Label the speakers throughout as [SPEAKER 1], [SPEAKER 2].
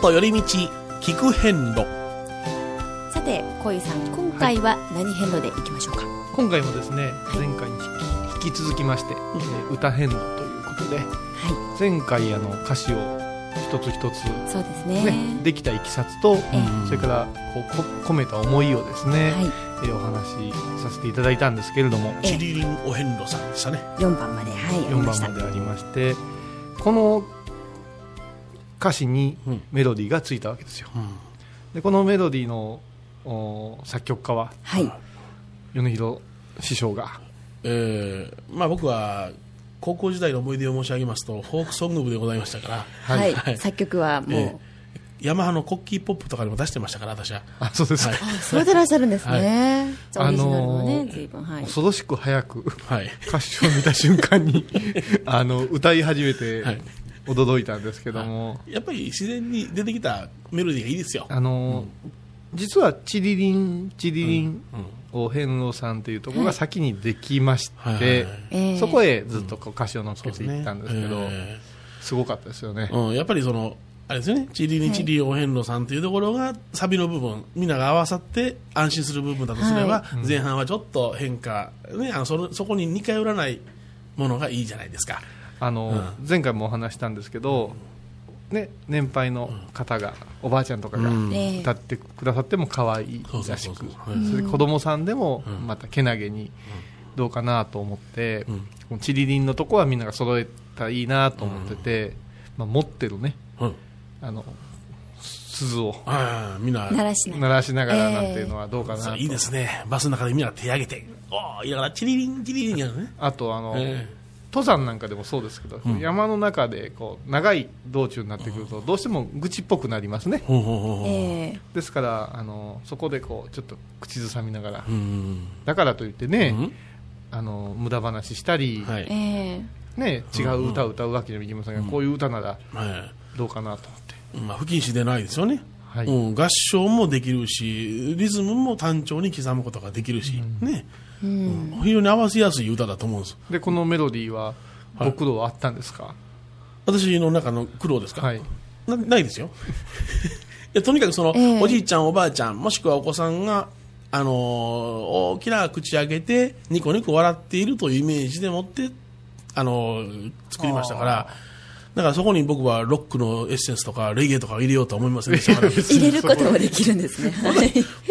[SPEAKER 1] ト寄り道聞く遍路
[SPEAKER 2] さて小井さん今回は何遍路でいきましょうか、
[SPEAKER 3] 今回もですね
[SPEAKER 2] はい
[SPEAKER 3] 前回に引き引き続きまして、えー歌編のということで
[SPEAKER 2] は
[SPEAKER 3] 前回あの歌詞を一つ一つ、
[SPEAKER 2] いそうですね
[SPEAKER 3] ね、できたいきさつと、
[SPEAKER 1] え
[SPEAKER 3] それからこうこ込めた思いをですね、
[SPEAKER 2] はい
[SPEAKER 3] えーお話しさせていただいたんですけれども
[SPEAKER 2] え
[SPEAKER 1] チリリンお遍路さんでしたね
[SPEAKER 2] 4番まではいあり
[SPEAKER 3] 4
[SPEAKER 2] まし
[SPEAKER 3] 番
[SPEAKER 2] た
[SPEAKER 3] までありましてこの歌詞にメロディーがついたわけですよでこのメロディーのお作曲家は
[SPEAKER 2] はい
[SPEAKER 3] 米広師匠が
[SPEAKER 1] えーまあ僕は高校時代の思い出を申し上げますとフォークソング部でございましたから
[SPEAKER 2] は、
[SPEAKER 3] はいい
[SPEAKER 2] 作曲はもう、
[SPEAKER 1] えーヤマハのコッキーポップとかにも出してましたから私は
[SPEAKER 3] あそうですか、
[SPEAKER 1] はい
[SPEAKER 2] あそれでいらっしゃるんですね、じゃあオ
[SPEAKER 3] あ
[SPEAKER 2] リジナル
[SPEAKER 3] の
[SPEAKER 2] のね、
[SPEAKER 3] ー
[SPEAKER 2] 随分はい
[SPEAKER 3] 恐ろしく早く
[SPEAKER 1] はい
[SPEAKER 3] 歌詞を見た瞬 間にあの歌い始めて
[SPEAKER 1] はい
[SPEAKER 3] 驚いたんですけども、
[SPEAKER 1] やっぱり自然に出てきたメロディーがいいですよ
[SPEAKER 3] あの実は「チリリンチリリン」を遍路さんっていうところが先にできまして、
[SPEAKER 1] はいはいはい
[SPEAKER 2] ええ
[SPEAKER 3] そこへずっとこう歌詞を乗っけていったんですけど、
[SPEAKER 1] え
[SPEAKER 3] すごかったですよね、
[SPEAKER 1] ーうん、やっぱりそのあれですよねチリにチリお遍路さんというところがサビの部分みんなが合わさって安心する部分だとすれば、
[SPEAKER 2] は
[SPEAKER 1] 前半はちょっと変化、ね、あのそのそこに似通らないものがいいじゃないですか
[SPEAKER 3] あの前回もお話したんですけど、ね、年配の方が、おばあちゃんとかが
[SPEAKER 1] うん
[SPEAKER 2] ええ
[SPEAKER 3] 歌ってくださっても可愛いらし
[SPEAKER 1] そうそうそ
[SPEAKER 3] く
[SPEAKER 1] うそうはい
[SPEAKER 3] それで子供さんでもまたけなげにどうかなと思って、
[SPEAKER 1] うん
[SPEAKER 3] このチリリンのとこはみんなが揃えたらいいなと思ってて、まあ、持ってるね
[SPEAKER 1] うん
[SPEAKER 3] あの鈴を
[SPEAKER 1] ああみんな
[SPEAKER 2] 鳴らしなが
[SPEAKER 3] 鳴
[SPEAKER 2] ら
[SPEAKER 3] らしながらなんていうのはどうかなと、
[SPEAKER 1] そういいですねバスの中でみんな手挙げておおいやからチリリンチリリンやるね
[SPEAKER 3] あとあの、
[SPEAKER 1] え
[SPEAKER 3] 登山なんかでもそうですけど、
[SPEAKER 1] ん
[SPEAKER 3] 山の中でこう長い道中になってくるとどうしても愚痴っぽくなりますね
[SPEAKER 1] ほうほうほうほう
[SPEAKER 2] え
[SPEAKER 3] ですからあのそこでこうちょっと口ずさみながら
[SPEAKER 1] うん
[SPEAKER 3] だからといってね、
[SPEAKER 1] うん
[SPEAKER 3] あの無駄話したり、
[SPEAKER 1] は
[SPEAKER 2] え
[SPEAKER 1] い、
[SPEAKER 2] え
[SPEAKER 3] ね、違う歌を歌うわけにはいきませんが、こういう歌なら
[SPEAKER 1] は
[SPEAKER 3] どうかなと思って、
[SPEAKER 1] いまあ、不謹慎でないですよね
[SPEAKER 3] はい
[SPEAKER 1] うん、合唱もできるしリズムも単調に刻むことができるし、ね
[SPEAKER 2] うん、
[SPEAKER 1] 非常に合わせやすい歌だと思うんです
[SPEAKER 3] でこのメロディーは
[SPEAKER 1] はい
[SPEAKER 3] ご苦労はあったんですか、
[SPEAKER 1] 私の中の苦労ですか、
[SPEAKER 3] はい
[SPEAKER 1] なないですよ いやとにかくその、
[SPEAKER 2] ええ
[SPEAKER 1] おじいちゃんおばあちゃんもしくはお子さんが、あのー大きな口開けてニコニコ笑っているというイメージでもって、あのー作りましたからだからそこに僕はロックのエッセンスとかレゲエとか入れようとは思いませんでしたから、 ね、
[SPEAKER 2] 入れることもできるんですねはい
[SPEAKER 1] もう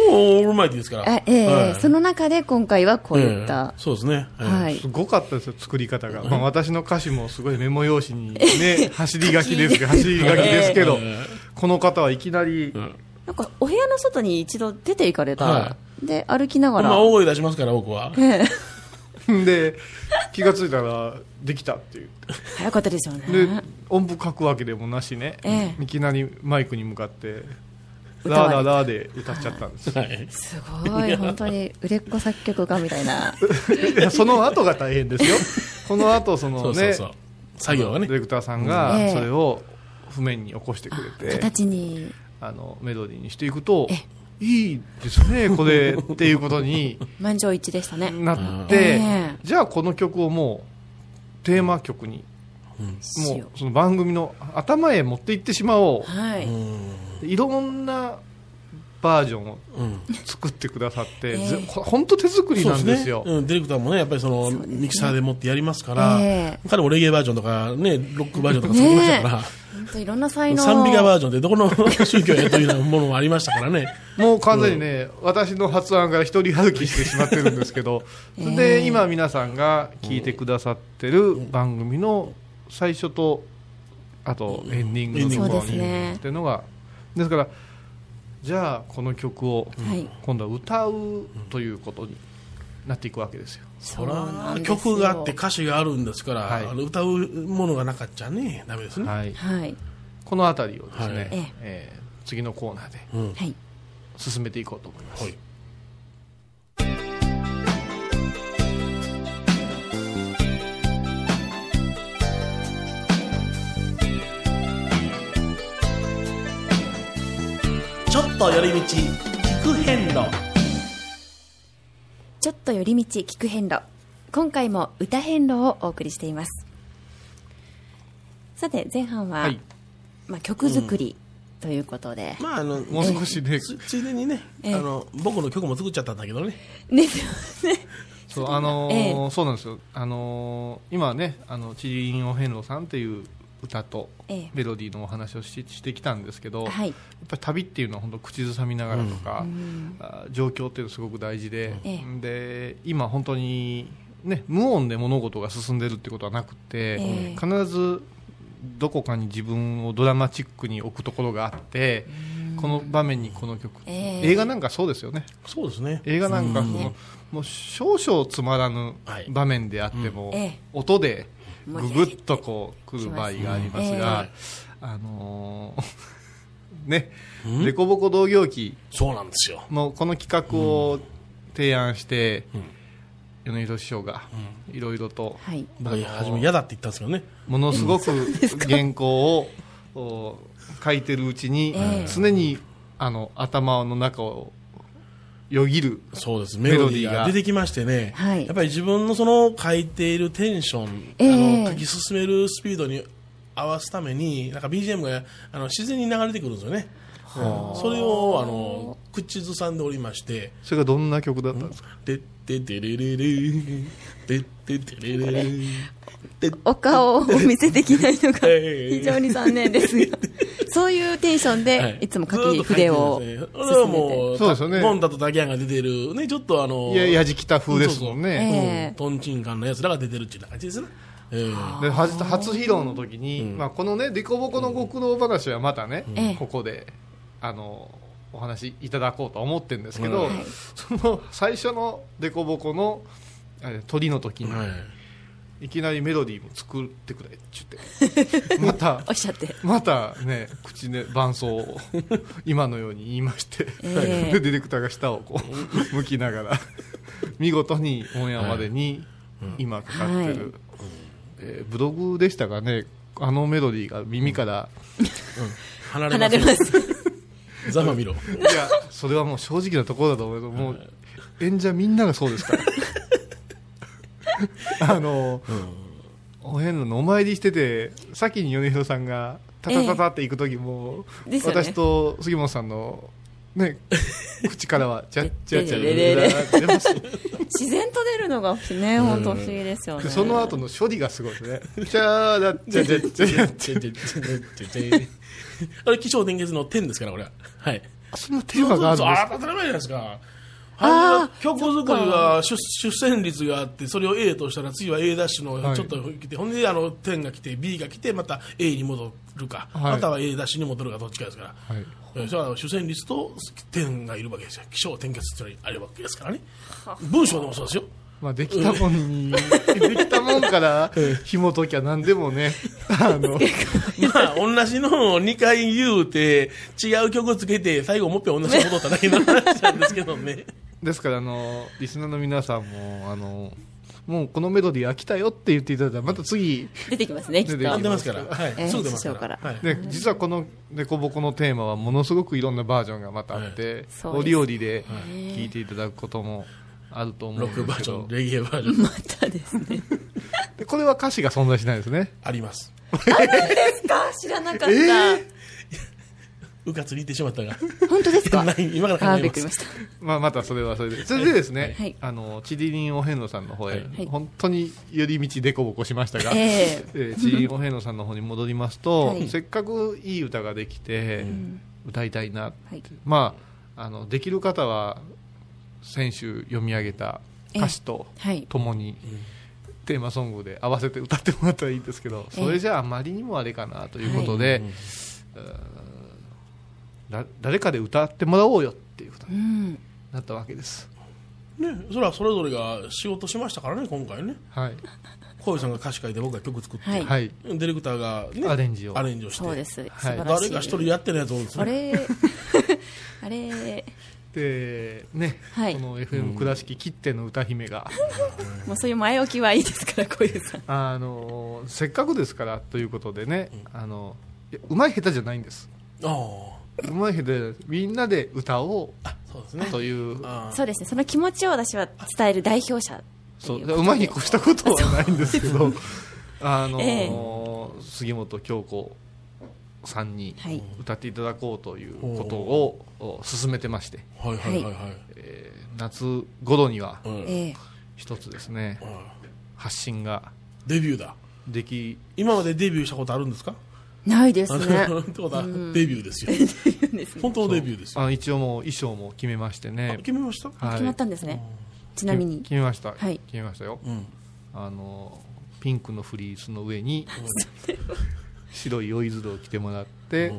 [SPEAKER 1] オールマイティですから
[SPEAKER 2] あええ
[SPEAKER 1] はい
[SPEAKER 2] その中で今回はこういっ
[SPEAKER 1] え
[SPEAKER 2] た
[SPEAKER 1] え、そうですね、ええ
[SPEAKER 2] はい
[SPEAKER 3] すごかったですよ作り方が、まあ、私の歌詞もすごいメモ用紙 に、ね、走り書きですけど走り書きですけど、この方はいきなり、
[SPEAKER 1] ん
[SPEAKER 2] なんかお部屋の外に一度出て行かれた、
[SPEAKER 1] は
[SPEAKER 2] で歩きながら、
[SPEAKER 1] まあ、大声出しますから、僕は。
[SPEAKER 2] ええ
[SPEAKER 3] で気がついたらできたっていう
[SPEAKER 2] 早かったですよね
[SPEAKER 3] で音符書くわけでもなしね、
[SPEAKER 2] ええ
[SPEAKER 3] いきなりマイクに向かって「
[SPEAKER 2] 歌わ
[SPEAKER 3] ラ
[SPEAKER 2] れた
[SPEAKER 3] ーラーラー」で歌っちゃったんです
[SPEAKER 1] はい。
[SPEAKER 2] すごい本当に売れっ子作曲家みた いな
[SPEAKER 3] いやその後が大変 ですよこの後そ
[SPEAKER 1] そ
[SPEAKER 3] の
[SPEAKER 1] うそう
[SPEAKER 3] ね
[SPEAKER 1] そう。作業が
[SPEAKER 3] ディ
[SPEAKER 1] ね。
[SPEAKER 3] レクターさん
[SPEAKER 2] え
[SPEAKER 3] が
[SPEAKER 2] え
[SPEAKER 3] それを譜面に起こしてくれて、
[SPEAKER 2] 形に
[SPEAKER 3] あのメロディーにしていくといいですねこれっていうことに
[SPEAKER 2] 満場一致でしたね
[SPEAKER 3] なっ
[SPEAKER 2] え
[SPEAKER 3] て、
[SPEAKER 2] え
[SPEAKER 3] じゃあこの曲をもうテーマ曲に
[SPEAKER 2] しよ
[SPEAKER 3] もうその番組の頭へ持っていってしま
[SPEAKER 2] う
[SPEAKER 3] お
[SPEAKER 2] はい、
[SPEAKER 1] うん。
[SPEAKER 3] ういろんなバージョンを
[SPEAKER 1] うん。
[SPEAKER 3] 作ってくださって、
[SPEAKER 2] ええ
[SPEAKER 3] ぜほ本当手作りなんです
[SPEAKER 1] そ
[SPEAKER 3] よ
[SPEAKER 1] うねうん、ディレクターもね、やっぱりその、
[SPEAKER 2] そうですね
[SPEAKER 1] ミキサーでもってやりますから、
[SPEAKER 2] え
[SPEAKER 1] 彼もレゲエバージョンとか、ね、ロックバージョンとか作りましたから、
[SPEAKER 2] 本当いろんな才能
[SPEAKER 1] 賛美歌バージョンでどこの宗教やというようなものもありましたからね。
[SPEAKER 3] もう完全にね、私の発案から一人歩きしてしまってるんです けど、で今皆さんが聞いてくださってる番組の最初とあとエンディングのところ
[SPEAKER 2] そうです
[SPEAKER 3] に
[SPEAKER 2] ね
[SPEAKER 3] っていうのがですからじゃあこの曲を
[SPEAKER 2] はい
[SPEAKER 3] 今度は歌うということになっていくわけですよ
[SPEAKER 2] そ
[SPEAKER 1] そら、
[SPEAKER 2] う
[SPEAKER 1] 曲があって
[SPEAKER 2] て
[SPEAKER 1] 歌詞があるんですから、
[SPEAKER 3] はい
[SPEAKER 1] あの歌うものがなかったらね、ダメですね。
[SPEAKER 3] はい
[SPEAKER 2] はい
[SPEAKER 3] この辺りをですね、
[SPEAKER 1] はい
[SPEAKER 2] え
[SPEAKER 3] えー次のコーナーで
[SPEAKER 1] うん。は
[SPEAKER 2] はい
[SPEAKER 3] 進めていこうと思います、
[SPEAKER 1] い。ちょっと寄り道、聞く遍路。
[SPEAKER 2] ちょっと寄り道聞く遍路今回も歌遍路をお送りしていますさて前半は、
[SPEAKER 3] はい
[SPEAKER 2] まあ、曲作りということで。
[SPEAKER 1] まああの
[SPEAKER 3] もう少しね
[SPEAKER 1] つついでにね、
[SPEAKER 2] ええ
[SPEAKER 1] あの僕の曲も作っちゃったんだけどね、
[SPEAKER 2] ね、すいません。
[SPEAKER 3] そうあのー
[SPEAKER 2] え
[SPEAKER 3] そうなんですよ、あのー今はね、あのチリン・オヘンロさんっていう歌と
[SPEAKER 2] ええ
[SPEAKER 3] メロディーのお話をししてきたんですけど、
[SPEAKER 2] はい
[SPEAKER 3] やっぱり旅っていうのは本当、口ずさみながらとか、あ状況っていうのはすごく大事で、
[SPEAKER 2] え
[SPEAKER 3] で今、本当に、ね、無音で物事が進んでるってことはなくて、
[SPEAKER 2] ええ
[SPEAKER 3] 必ずどこかに自分をドラマチックに置くところがあって、この場面にこの曲、
[SPEAKER 2] ええ
[SPEAKER 3] 映画なんかそうですよね。
[SPEAKER 1] そうですね、
[SPEAKER 3] 映画なんか
[SPEAKER 2] う
[SPEAKER 3] そ
[SPEAKER 2] ん
[SPEAKER 3] のもう少々つまらぬ
[SPEAKER 1] はい
[SPEAKER 3] 場面であっても、
[SPEAKER 2] うんええ
[SPEAKER 3] 音で
[SPEAKER 2] 盛り
[SPEAKER 3] グ
[SPEAKER 2] 上
[SPEAKER 3] グ
[SPEAKER 2] げて
[SPEAKER 3] ッとこう来る場合がありますが、あのー ね
[SPEAKER 1] うん
[SPEAKER 3] 凸凹同業期
[SPEAKER 1] そうなんですよ、
[SPEAKER 3] のこの企画を提案して、米広師匠がいろいろと
[SPEAKER 2] はい。
[SPEAKER 1] 僕、初め嫌だって言ったんですけどね、
[SPEAKER 3] ものすごく原稿をお書いてるうちに
[SPEAKER 2] ええ
[SPEAKER 3] 常にあの頭の中をよぎる
[SPEAKER 1] そうですメ
[SPEAKER 3] メ
[SPEAKER 1] ロ
[SPEAKER 3] ロ
[SPEAKER 1] デ
[SPEAKER 3] デ
[SPEAKER 1] ィ
[SPEAKER 3] ィー
[SPEAKER 1] ー
[SPEAKER 3] が
[SPEAKER 1] が出てきましてね、
[SPEAKER 2] はい
[SPEAKER 1] やっぱり自分のその書いているテンション、
[SPEAKER 2] ええ
[SPEAKER 1] あの書き進めるスピードに合わすために、なんか BGM があの自然に流れてくるんですよね、うんそれをあの口ずさんでおりまして、
[SPEAKER 3] それがどんな曲だったんですか
[SPEAKER 1] てっててれれれ、てっててれれ、てって
[SPEAKER 2] お顔をお見せできないのが
[SPEAKER 1] ええ
[SPEAKER 2] 非常に残念ですが、そういうテンション
[SPEAKER 1] は
[SPEAKER 2] でいつも書
[SPEAKER 1] ず
[SPEAKER 2] き
[SPEAKER 1] っと書いて
[SPEAKER 2] 筆
[SPEAKER 1] るん
[SPEAKER 2] を
[SPEAKER 1] で
[SPEAKER 2] 進
[SPEAKER 1] すね
[SPEAKER 2] め
[SPEAKER 1] それは
[SPEAKER 2] て。
[SPEAKER 1] もう、
[SPEAKER 3] そうですよね
[SPEAKER 1] ゴンダとダギャンが出てる、ね、ちょっとあの、
[SPEAKER 3] いや、やじきた風ですもん
[SPEAKER 1] そう
[SPEAKER 2] え
[SPEAKER 3] ね。
[SPEAKER 2] え
[SPEAKER 1] うんトンチンカンのやつらが出てるっていう感じですね。ええ
[SPEAKER 3] で初初披露の時に、まあこのね、デコボコの極道話はまたね、
[SPEAKER 2] ええ
[SPEAKER 3] ここで、あの、お話いただこうと思ってるんですけど、
[SPEAKER 1] うん
[SPEAKER 2] はい
[SPEAKER 3] その最初のデコボコのあれ鳥の時に、
[SPEAKER 1] はい
[SPEAKER 3] い、きなりメロディーも作ってくれって 言って、また
[SPEAKER 2] お、っしゃって。
[SPEAKER 3] またね、口で伴奏を今のように言いまして、
[SPEAKER 2] ええ
[SPEAKER 3] でディレクターが下をこ う向きながら、見事にオンエアまでに今かかってる、
[SPEAKER 2] はい
[SPEAKER 3] えーブログでしたかね、あのメロディーが耳から、
[SPEAKER 1] 離れ
[SPEAKER 2] 離れ
[SPEAKER 1] ま。
[SPEAKER 2] ますす。
[SPEAKER 1] ざま見 ろ。
[SPEAKER 3] いや、それはもう正直なところだと思うけど、もう演者みんながそうですから。あの、お遍路のお参りしてて、先に米広さんが、タタタタって行く時も、
[SPEAKER 2] ですよね
[SPEAKER 3] 私と杉本さんの、ね、口からは、ちゃっちゃっちゃ、
[SPEAKER 2] レレレレ
[SPEAKER 3] 出ます
[SPEAKER 2] 自然と出るのがね、本当不思議ですよね。
[SPEAKER 3] でその後の処理がすごいですね。ちゃーだっちゃちゃっちゃちゃって。
[SPEAKER 1] あれ、気象伝結の天ですから、これは。はい。
[SPEAKER 3] そんなテーマがあるん
[SPEAKER 1] そう
[SPEAKER 3] で
[SPEAKER 1] あ
[SPEAKER 3] す
[SPEAKER 1] ー当たり前じゃないですか。
[SPEAKER 2] あー
[SPEAKER 1] あ曲作りが出出戦率があって、それを A としたら、次は A' ダッシュ
[SPEAKER 3] は
[SPEAKER 1] の
[SPEAKER 3] い
[SPEAKER 1] ちょっと来て、ほんで、あの、天が来て、B が来て、また A に戻るか、
[SPEAKER 3] はい
[SPEAKER 1] または A' ダッシュに戻るか、どっちかですから。
[SPEAKER 3] はい
[SPEAKER 1] えーそれは主旋律と点がいるわけですよ、気象点結というのがあるわけですからね、文章でもそうですよ、
[SPEAKER 3] まあ、できたもんに、できたもんから、紐解きゃ何でもね、あ
[SPEAKER 1] ま
[SPEAKER 3] の、
[SPEAKER 1] あ、同じのを2回言うて、違う曲つけて、最後、もっぺん同じに戻っただけの話なんですけどね、
[SPEAKER 3] ですから、あの、リスナーの皆さんも、あの、もうこのメロディー飽きたよって言っていただいたら、また次、
[SPEAKER 2] 出てきますね、きっ
[SPEAKER 3] 出てき
[SPEAKER 2] と
[SPEAKER 1] あ
[SPEAKER 3] ま。
[SPEAKER 1] 出ますから、はい
[SPEAKER 2] えー
[SPEAKER 1] すぐ出ますから、
[SPEAKER 2] 師匠から
[SPEAKER 1] はい
[SPEAKER 3] ね、実はこのデコボコのテーマはものすごくいろんなバージョンがまたあって、
[SPEAKER 2] そうです
[SPEAKER 3] 折々で聞いていただくこともあると思
[SPEAKER 1] ロ
[SPEAKER 3] う
[SPEAKER 1] ック
[SPEAKER 3] んで
[SPEAKER 1] バー
[SPEAKER 3] すけ
[SPEAKER 1] ジョ
[SPEAKER 3] ど
[SPEAKER 1] ン、、レゲエバージョン、
[SPEAKER 2] またですね。
[SPEAKER 3] でこれは歌詞が存在しないですね。
[SPEAKER 1] あります、
[SPEAKER 2] あ知らなかっ
[SPEAKER 3] え
[SPEAKER 2] た。
[SPEAKER 1] うかつに言ってしまったが、
[SPEAKER 2] 本当ですか
[SPEAKER 1] ない今から
[SPEAKER 2] あ
[SPEAKER 1] 考え
[SPEAKER 2] びっくりし
[SPEAKER 1] ま。
[SPEAKER 2] ますした。
[SPEAKER 3] まあ、またそれはそれで。それでですね、
[SPEAKER 2] はい
[SPEAKER 3] あの、チリリンお遍路さんの方
[SPEAKER 1] は
[SPEAKER 3] へ、
[SPEAKER 1] い
[SPEAKER 3] 本当に寄り道デコボコしましたが、
[SPEAKER 2] え
[SPEAKER 3] えー、チリン・オヘイノさんの方に戻りますと、
[SPEAKER 2] はい
[SPEAKER 3] せっかくいい歌ができて、歌いたいなって、
[SPEAKER 2] はい
[SPEAKER 3] まあ、あのできる方は先週読み上げた歌詞と
[SPEAKER 2] えはい。
[SPEAKER 3] ともに、テーマソングで合わせて歌ってもらったらいいんですけどそれじゃあまりにもあれかなということで、うーんだ誰かで歌ってもらおうよっていうこと
[SPEAKER 2] う
[SPEAKER 3] に
[SPEAKER 2] ん。
[SPEAKER 3] なったわけです。
[SPEAKER 1] ね、それはそれぞれが仕事しましたからね、今回ね、
[SPEAKER 3] はい、
[SPEAKER 1] 浩次さんが歌詞書いて、僕が曲作って、
[SPEAKER 2] はい
[SPEAKER 3] はい、
[SPEAKER 1] ディレクターが、ね、
[SPEAKER 3] アレンジを
[SPEAKER 1] アレンジをして。
[SPEAKER 2] そうです。素晴らし
[SPEAKER 1] 誰
[SPEAKER 2] い。
[SPEAKER 1] か一人やってるやつおるんです
[SPEAKER 2] あ
[SPEAKER 1] ね。
[SPEAKER 2] れ あれ
[SPEAKER 3] でね、
[SPEAKER 2] はい
[SPEAKER 3] この FM 倉敷きっての歌姫 が。
[SPEAKER 2] もうそういう前置きはいいですから、小遊さん。
[SPEAKER 3] あのせっかくですからということでね、あのいやうまい下手じゃないんです、
[SPEAKER 1] ああ、
[SPEAKER 3] うまい下手じゃないですみんなで歌おう
[SPEAKER 1] そうですね。
[SPEAKER 3] という、
[SPEAKER 1] あ
[SPEAKER 2] そうですね、その気持ちを私は伝える代表者って
[SPEAKER 3] そ
[SPEAKER 2] いううこ
[SPEAKER 3] だから
[SPEAKER 2] と
[SPEAKER 3] うまいに越した ことはないんですけど、あの
[SPEAKER 2] え
[SPEAKER 3] 杉本京子さんに
[SPEAKER 2] はい
[SPEAKER 3] 歌っていただこうということをお進めてまして、
[SPEAKER 1] はいはいはいはい。
[SPEAKER 3] えー夏頃には
[SPEAKER 1] うん
[SPEAKER 2] ええ
[SPEAKER 3] 一つですね
[SPEAKER 1] うん
[SPEAKER 3] 発信が
[SPEAKER 1] デビューだ。
[SPEAKER 3] でき
[SPEAKER 1] 今までデビューしたことあるんですか
[SPEAKER 2] ないですね
[SPEAKER 1] あのってことは デビューですよ。本当のデビューですよ。
[SPEAKER 3] あ一応もう衣装も決めまして
[SPEAKER 1] あ
[SPEAKER 3] ね
[SPEAKER 1] 決めました
[SPEAKER 3] はい
[SPEAKER 2] 決まったんですねちなみに
[SPEAKER 3] 決めました、
[SPEAKER 2] はい
[SPEAKER 3] 決めましたよ
[SPEAKER 1] うん。
[SPEAKER 3] あのピンクのフリースの上 に白い追い鶴を着てもらって、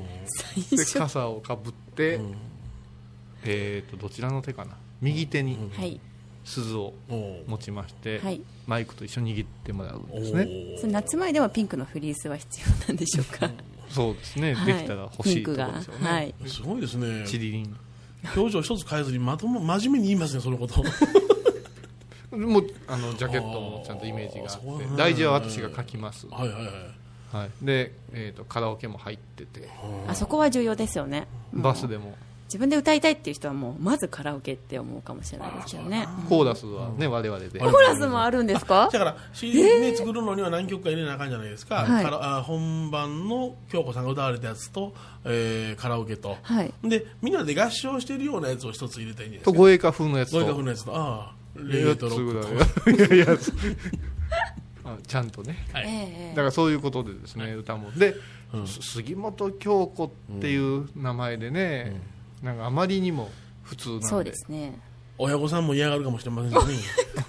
[SPEAKER 2] 最
[SPEAKER 3] で
[SPEAKER 2] 初は
[SPEAKER 3] 傘をかぶって、
[SPEAKER 1] ん
[SPEAKER 3] えー、とどちらの手かな右手に
[SPEAKER 2] い
[SPEAKER 3] 鈴を
[SPEAKER 1] おー
[SPEAKER 3] 持ちまして、
[SPEAKER 2] はい
[SPEAKER 3] マイクと一緒に握ってもらうん
[SPEAKER 1] お
[SPEAKER 3] ですね
[SPEAKER 1] ー
[SPEAKER 2] その夏前でもピンクのフリースは必要なんでしょう か
[SPEAKER 3] そうですね、
[SPEAKER 2] はい
[SPEAKER 3] できたら欲しい
[SPEAKER 2] ピ
[SPEAKER 3] と
[SPEAKER 2] ンク
[SPEAKER 3] こ
[SPEAKER 2] が
[SPEAKER 3] ろですよね、
[SPEAKER 2] はい
[SPEAKER 1] すごいですね。
[SPEAKER 3] チリリン
[SPEAKER 1] 表情一つ変えずにまとも、真面目に言いますね、その こと。
[SPEAKER 3] もうあのジャケットもちゃんとイメージがあ
[SPEAKER 1] あーそう
[SPEAKER 3] っ
[SPEAKER 1] な
[SPEAKER 3] て
[SPEAKER 1] んだ
[SPEAKER 3] 大事は私が書きます、
[SPEAKER 1] はいはいはい。
[SPEAKER 3] はい、で、えー、とカラオケも入ってて
[SPEAKER 2] あそこは重要ですよねもう
[SPEAKER 3] バスでも
[SPEAKER 2] 自分で歌いたいっていう人はもうまずカラオケって思うかもしれないですよね
[SPEAKER 3] コーラスはね、我々で
[SPEAKER 2] コーラスもあるんですか
[SPEAKER 1] だから CD ね作るのには何曲か入れなあかんじゃないですか、
[SPEAKER 2] はい
[SPEAKER 1] からあ本番の京子さんが歌われたやつと、えーカラオケと、
[SPEAKER 2] はい
[SPEAKER 1] でみんなで合唱してるようなやつを一つ入れたらいいんじゃない
[SPEAKER 3] と
[SPEAKER 1] ですか
[SPEAKER 3] 護衛歌風のやつ
[SPEAKER 1] ご
[SPEAKER 3] と
[SPEAKER 1] いのやつとああレ
[SPEAKER 3] や
[SPEAKER 1] ゲトロ
[SPEAKER 3] つ
[SPEAKER 1] ック
[SPEAKER 3] ぐ
[SPEAKER 1] と
[SPEAKER 3] らいいやいや あちゃんとね
[SPEAKER 1] はい
[SPEAKER 2] ええ
[SPEAKER 3] だからそういうことでですね、歌もで、す杉本京子っていう名前でね、なんかあまりにも普通なんで
[SPEAKER 2] そうですね
[SPEAKER 1] 親御さんも嫌がるかもしれません しね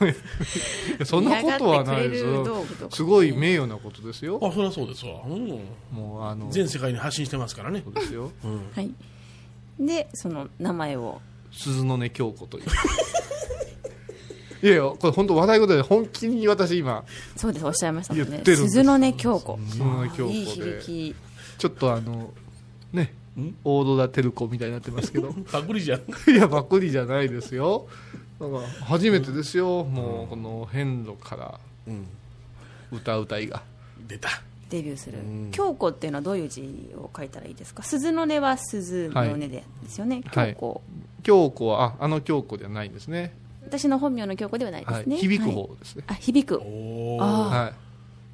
[SPEAKER 3] いやそんなことはないです
[SPEAKER 2] 嫌がってくれる道
[SPEAKER 3] よ
[SPEAKER 2] 具とかね
[SPEAKER 3] すごい名誉なことですよ
[SPEAKER 1] あそりゃそうですわ、うん、
[SPEAKER 3] もうあの
[SPEAKER 1] 全世界に発信してますからね
[SPEAKER 3] そうですよ
[SPEAKER 2] はいでその名前を
[SPEAKER 3] 鈴の音京 子といういやいやこれ本当笑い事で本気に私今
[SPEAKER 2] そうですおっしゃいましたもん
[SPEAKER 3] 言っ
[SPEAKER 2] ね
[SPEAKER 3] てるんです
[SPEAKER 2] 鈴の音京子
[SPEAKER 3] 鈴の音京
[SPEAKER 2] いい
[SPEAKER 3] 子で
[SPEAKER 2] 響き
[SPEAKER 3] ちょっとあのね
[SPEAKER 1] ん
[SPEAKER 3] 大戸田照子みたいになってますけ ど
[SPEAKER 1] パクリじゃん
[SPEAKER 3] いやばっくりじゃないですよだから初めてですよ、もうこの遍路から歌うたいが
[SPEAKER 1] 出た
[SPEAKER 2] デビューする京子っていうのはどういう字を書いたらいいですか鈴の音は鈴の音でですよね、
[SPEAKER 3] はい
[SPEAKER 2] 京子
[SPEAKER 3] 京子はああの京子ではないんですね
[SPEAKER 2] 私の本名の京子ではないですね、
[SPEAKER 3] はい、響く
[SPEAKER 2] はい
[SPEAKER 3] 方ですね、
[SPEAKER 2] あ響く
[SPEAKER 1] おー
[SPEAKER 2] あ
[SPEAKER 3] はい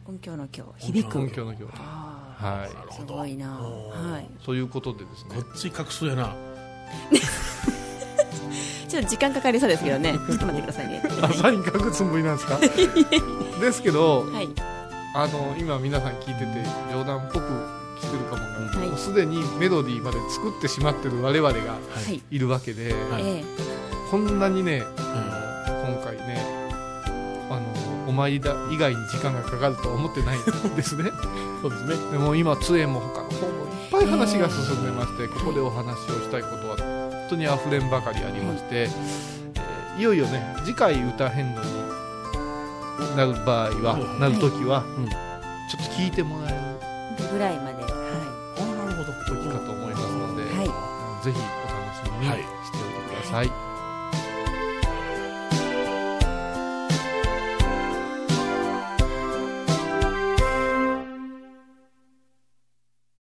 [SPEAKER 2] 音響の京響く
[SPEAKER 3] 音響の京子
[SPEAKER 2] あ
[SPEAKER 3] は
[SPEAKER 2] あすごいなはい
[SPEAKER 3] いということでです
[SPEAKER 1] こ
[SPEAKER 3] ね
[SPEAKER 1] っち隠すやな
[SPEAKER 2] ちょっと時間かかりそうですけどねちょっと待ってくださいね
[SPEAKER 3] あサイン書くつもりなんです かですけど
[SPEAKER 2] はい
[SPEAKER 3] あの今皆さん聞いてて冗談っぽく来てるかもなん
[SPEAKER 2] はい
[SPEAKER 3] もうすでにメロディーまで作ってしまってる我々が
[SPEAKER 2] はい
[SPEAKER 3] いるわけで、
[SPEAKER 1] はい
[SPEAKER 2] ええ
[SPEAKER 3] こんなにね
[SPEAKER 1] うん
[SPEAKER 3] 今回ねあのお参りだ以外に時間がかかるとは思ってないんですね
[SPEAKER 1] そうですね
[SPEAKER 3] でも今杖も他の方もいっぱい話が進んでまして、ここでお話をしたいことは本当にあふれんばかりありまして、えーいよいよね次回歌変動になる場合は、
[SPEAKER 1] はい
[SPEAKER 3] なる時は、
[SPEAKER 1] うん
[SPEAKER 3] ちょっと聞いてもらえる
[SPEAKER 2] ぐらいまでは
[SPEAKER 1] あなるほど
[SPEAKER 3] 時かと思いますので、
[SPEAKER 2] いはい
[SPEAKER 3] ぜひお楽しみにしておいてください